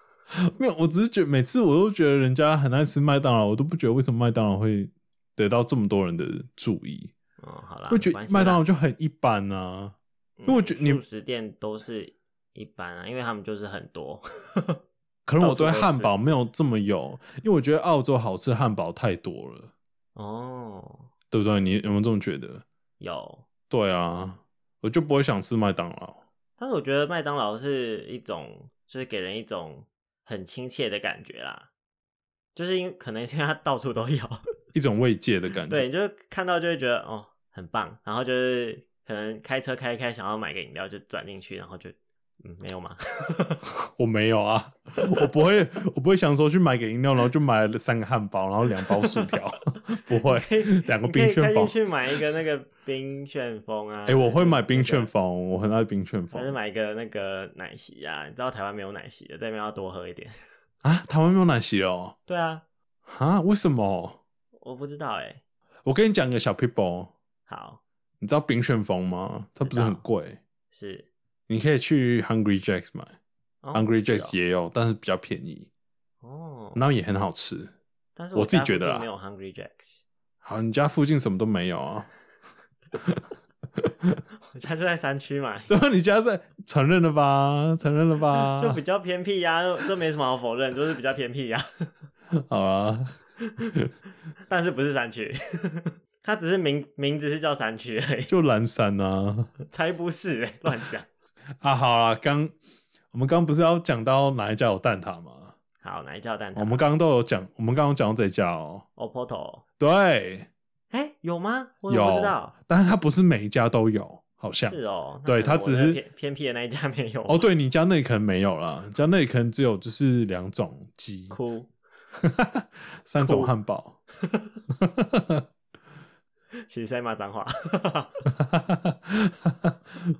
S2: 没有，我只是觉得每次我都觉得人家很爱吃麦当劳，我都不觉得为什么麦当劳会得到这么多人的注意，
S1: 嗯，好啦，
S2: 我觉
S1: 没
S2: 得
S1: 关系啦
S2: 麦当劳，就很一般啊。
S1: 因
S2: 为我觉得你
S1: 素食店都是一般啊，因为他们就是很多。
S2: 可能我
S1: 到处
S2: 对
S1: 都是
S2: 汉堡没有这么有，因为我觉得澳洲好吃汉堡太多了，
S1: 哦，
S2: 对不对？你有没有这么觉得？
S1: 有，
S2: 对啊，我就不会想吃麦当劳。
S1: 但是我觉得麦当劳是一种，就是给人一种很亲切的感觉啦，就是因可能是因为它到处都 有，
S2: 一种慰藉的感
S1: 对，
S2: 觉，
S1: 你就看到就会觉得哦很棒，然后就是可能开车开一开，想要买个饮料就转进去，然后就嗯没有嘛，
S2: 我没有啊，我不会，我不会想说去买个饮料，然后就买了三个汉堡，然后两包薯条， 不会
S1: 可以，
S2: 两个
S1: 你可
S2: 冰
S1: 以
S2: 旋
S1: 开进
S2: 风。
S1: 去买一个那个冰旋风 啊，
S2: 哎、我会买冰
S1: 旋
S2: 旋风，我很爱冰旋风
S1: 还是买一个那个奶昔啊？你知道台湾没有奶昔的，在那边要多喝一点。
S2: 啊！台湾没有奶昔哦，
S1: 对啊，
S2: 啊？为什么？
S1: 我不知道哎、
S2: 我跟你讲个小 people，
S1: 好，
S2: 你知道冰旋风吗？它不是很贵，
S1: 是、
S2: 你可以去 Hungry Jacks 买、
S1: 哦
S2: h u n g r y
S1: 是
S2: Jacks 也有，但是比较便宜，
S1: 哦
S2: 然后也很好吃。
S1: 但是
S2: 我自己
S1: 家附
S2: 觉得
S1: 近
S2: 啦
S1: 没有 Hungry Jacks，
S2: 好，你家附近什么都没有啊？
S1: 我家就在山区嘛，
S2: 对啊啊，你家在承认了吧？承认了吧？
S1: 就比较偏僻呀、这没什么好否认，就是比较偏僻呀、
S2: 好啊，
S1: 但是不是山区， 它只是名名字是叫山区而已，
S2: 就蓝山啊
S1: 才不是、欸、乱讲。
S2: 啊！好啊，刚我们刚不是要讲到哪一家有蛋挞吗？
S1: 好，哪一家蛋挞？
S2: 我们刚刚都有讲，我们刚刚讲到这一家哦、
S1: Opoto，
S2: 对，
S1: 哎、有吗？我怎么不知
S2: 有
S1: 道。，
S2: 但是它不是每一家都有，好像
S1: 是哦，那
S2: 对
S1: 可能
S2: 它
S1: 我
S2: 只
S1: 那个
S2: 是
S1: 偏偏僻的那一家没有
S2: 哦，对你家那里可能没有啦，你家那里可能只有就是两种鸡，
S1: 哭。
S2: 三种
S1: 酷
S2: 汉堡，
S1: 其实在骂脏话。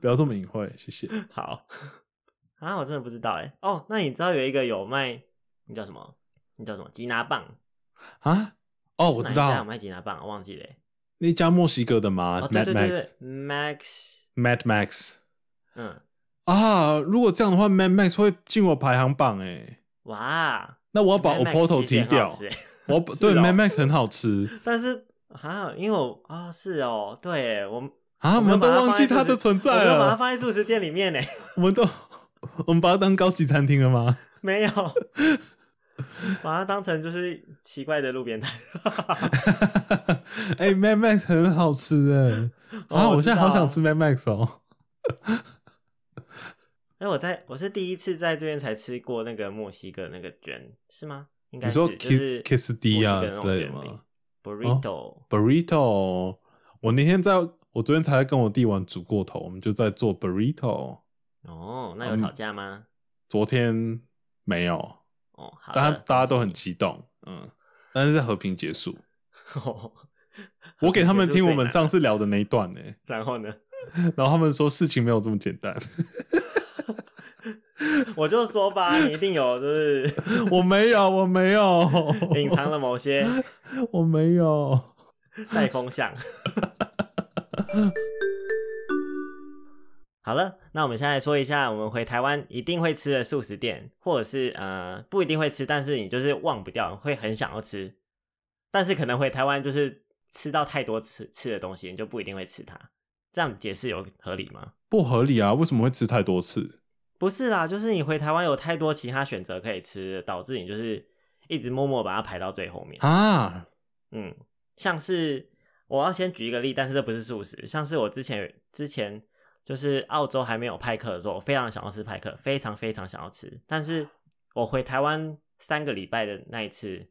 S2: 不要这么隐晦，谢谢。
S1: 好 啊，我真的不知道哎。哦，那你知道有一个有卖，那叫什么？那叫什么？吉拿棒？
S2: 啊，哦，我
S1: 是
S2: 知
S1: 哪一家有
S2: 道
S1: 卖吉拿棒，我忘记了欸。
S2: 那家墨西哥的嘛、
S1: 哦，
S2: m
S1: 对
S2: a d
S1: 对对
S2: 啊 Max
S1: 对，Max，
S2: Mad Max
S1: 嗯，
S2: 啊，如果这样的话，Mad Max 会进我排行榜诶。
S1: 哇，
S2: 那我要
S1: 我
S2: 把 Oporto 提掉，我要把对
S1: 是哦
S2: Mad Max 很好吃
S1: 但是啊，因为我啊是哦，对我们
S2: 啊，
S1: 我
S2: 我
S1: 没有
S2: 们都
S1: 把它
S2: 忘记
S1: 放
S2: 它
S1: 在
S2: 的
S1: 素
S2: 存
S1: 我
S2: 在
S1: 没有把它
S2: 了，
S1: 放在素食店里面呢，
S2: 我们都我们把它当高级餐厅了吗？
S1: 没有，把它当成就是奇怪的路边摊。
S2: 哎、m a d Max 很好吃哎、啊，
S1: 哦我
S2: 我
S1: 知
S2: 现在好
S1: 道
S2: 想吃 Mad Max 哦。
S1: 哎，我在我是第一次在这边才吃过那个墨西哥那个卷，是吗？应该
S2: 你
S1: 是
S2: 说
S1: 就
S2: Kiss
S1: 是
S2: Kiss D 啊
S1: 墨西
S2: 之
S1: 哥
S2: 类的
S1: 那种卷饼
S2: 吗哦
S1: ？Burrito，、
S2: ？Burrito，我那天在我昨天才跟我弟玩煮过头，我们就在做 burrito。
S1: 哦，
S2: 嗯
S1: 那有吵架吗？
S2: 昨天没有，
S1: 哦，好的，
S2: 大家大家都很
S1: 恭喜
S2: 激动，嗯，但是在和平结束。
S1: 你
S2: 我给他们听我们上
S1: 结束
S2: 次聊的那一段呢、
S1: 最难，然后呢，
S2: 然后他们说事情没有这么简单。
S1: 我就说吧，你一定有就是
S2: 我没 有，我没有，
S1: 隐藏了某些
S2: 我没有。
S1: 带风 向。好了，那我们现在说一下我们回台湾一定会吃的素食店，或者是呃不一定会吃，但是你就是忘不掉，会很想要吃，但是可能回台湾就是吃到太多吃吃的东西，你就不一定会吃它。这样解释有合理吗？
S2: 不合理啊！为什么会吃太多次？
S1: 不是啦，就是你回台湾有太多其他选择可以吃，导致你就是一直默默把它排到最后面。
S2: 啊，
S1: 嗯，像是我要先举一个例，但是这不是素食，像是我之前之前就是澳洲还没有派克的时候，我非常想要吃派克，非常非常想要吃，但是我回台湾三个礼拜的那一次，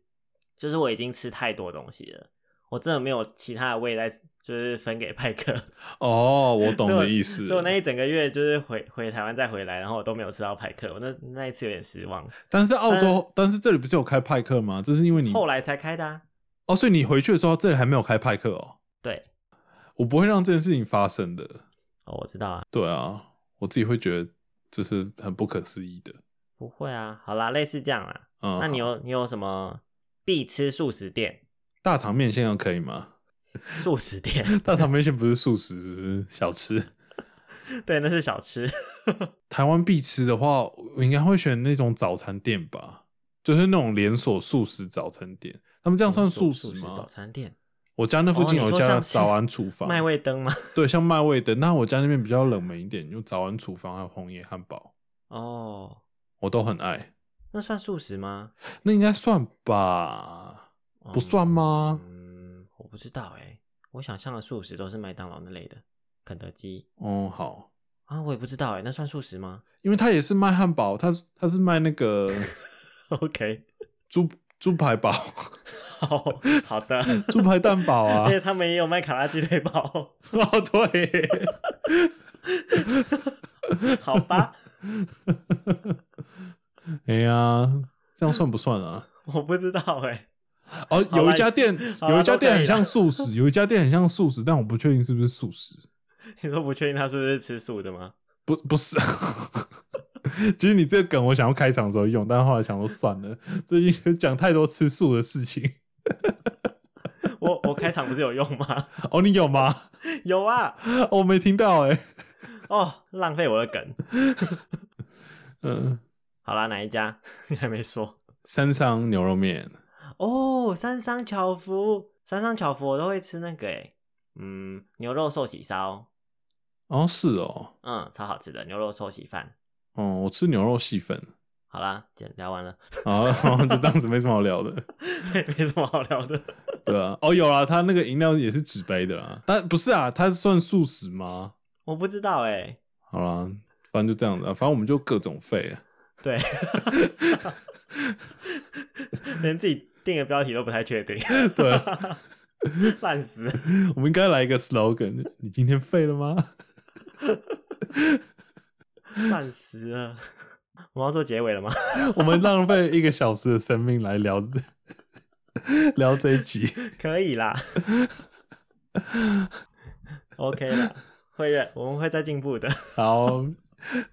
S1: 就是我已经吃太多东西了，我真的没有其他的味来就是分给派克，
S2: 哦，我懂
S1: 所以我
S2: 的意
S1: 所
S2: 思
S1: 以我
S2: 了。
S1: 那一整个月就是回回台湾再回来，然后我都没有吃到派克，我那那一次有点失望，
S2: 但是澳洲，但是这里不是有开派克吗？这是因为你
S1: 呃后来才开的、啊，
S2: 哦，所以你回去的时候，这里还没有开派克哦。
S1: 对，
S2: 我不会让这件事情发生的。
S1: 哦，我知道啊。
S2: 对啊，我自己会觉得这是很不可思议的。
S1: 不会啊，好啦，类似这样啦。
S2: 嗯，
S1: 那你
S2: 好
S1: 有你有什么必吃素食店？
S2: 大肠面线要可以吗？
S1: 素食 店，
S2: 大肠面线不是素食，是不是小吃。
S1: 对，那是小吃。
S2: 台湾必吃的话，我应该会选那种早餐店吧，就是那种连锁素食早餐店。他们这样算素食
S1: 素食早
S2: 吗？
S1: 餐店，
S2: 我家那附近
S1: 哦
S2: 有
S1: 你
S2: 一
S1: 说
S2: 家
S1: 像是
S2: 早安厨房，
S1: 麦味登吗？
S2: 对，像麦味的。那我家那边比较冷门一点，有早安厨房还有红叶汉堡，
S1: 哦，
S2: 我都很爱。
S1: 那算素食吗？
S2: 那应该算吧？不算吗
S1: 嗯，嗯我不知道哎、我想象的素食都是麦当劳那类的，肯德基
S2: 哦，好，
S1: 啊，我也不知道哎、那算素食吗
S2: 因为他也是卖汉堡，他他是卖那个
S1: ？OK，
S2: 猪猪排堡、
S1: 好好的。
S2: 猪排蛋堡啊
S1: 而。且他们也有卖卡拉鸡腿堡，
S2: 哦，对，
S1: 好吧，
S2: 哎呀，这样算不算啊？
S1: 我不知道哎、
S2: 哦，
S1: 好啦
S2: 有一家店，
S1: 好啦
S2: 有一家
S1: 都可以
S2: 店
S1: 啦
S2: 很像素食，有一家店很像素食，但我不确定是不是素食，
S1: 你都不确定他是不是吃素的吗？
S2: 不不是。 其实你这个梗我想要开场的时候用，但后来想说算了，最近讲太多吃素的事情。
S1: 我我开场不是有用吗？
S2: 哦，你有吗？
S1: 有啊，
S2: 我没听到哎、
S1: 哦，浪费我的梗。
S2: 嗯，
S1: 好啦，哪一家？ 你还没说
S2: 三商牛肉面，
S1: 哦。三商巧福，三商巧福我都会吃那个诶，嗯，牛肉寿喜烧，
S2: 哦是哦，
S1: 嗯，超好吃的牛肉寿喜饭。
S2: 哦我吃牛肉细粉，
S1: 好啦，简聊完了，
S2: 啊， 就这样子没什么好聊的，
S1: 对，没什么好聊的。
S2: 对啊，哦有啦，他那个饮料也是纸杯的啦，但不是啊，它算素食吗？
S1: 我不知道欸诶，
S2: 好啦，反正就这样子啊，反正我们就各种废啊。
S1: 对，连自己定的标题都不太确定，
S2: 对，
S1: 烂死。
S2: 我们应该来一个 slogan：你今天废了吗？
S1: 烂死了！我们要做结尾了吗？
S2: 我们浪费一个小时的生命来聊 这聊这一集。
S1: 可以啦，OK 啦，会的，我们会再进步的，
S2: 好，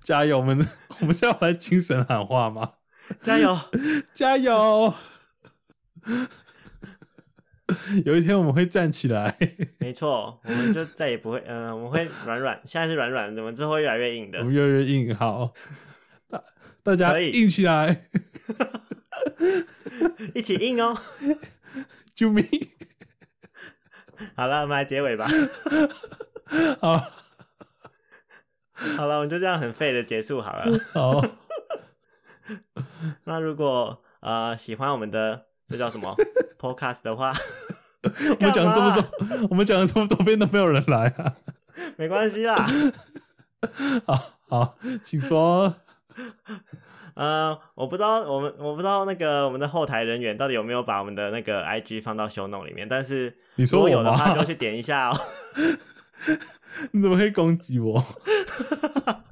S2: 加油！我们我们要来精神喊话吗？
S1: 加油！
S2: 加油！ 有一天我们会站起来。
S1: 没错，我们就再也不会，嗯、我们会软软，现在是软软的，我们之后会越来越硬的
S2: 我。们越来越硬，好，大大家
S1: 可以
S2: 硬起来，
S1: 一起硬哦！
S2: 救命！
S1: 好了，我们来结尾吧。
S2: 好
S1: 好了，我们就这样很废的结束好了。
S2: 好，
S1: 那如果呃喜欢我们的这叫什么 podcast 的话，
S2: 我们讲了这么
S1: 干
S2: 多，我们讲了这么多遍都没有人来啊！
S1: 没关系啦。
S2: 好好，请说。
S1: 呃，我不知道我们我不知道那个我们的后台人员到底有没有把我们的那个 IG 放到 show note 里面，但是
S2: 你说
S1: 如果
S2: 我
S1: 有的
S2: 吗
S1: 话就去点一下哦。
S2: 你怎么可以攻击我？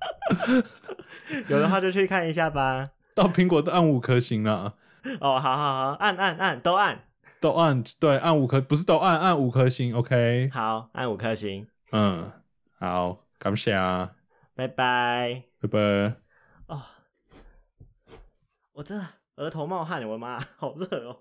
S1: 有的话就去看一下吧。
S2: 到苹果都按五颗星了，
S1: 哦，好好好，按按按，都按，
S2: 都按对按五颗，不是都按按五颗星，OK？
S1: 好，按五颗星，
S2: 嗯，好，感谢啊，
S1: 拜拜。
S2: 拜拜。
S1: 哦，我真的额头冒汗，我的妈，好热哦。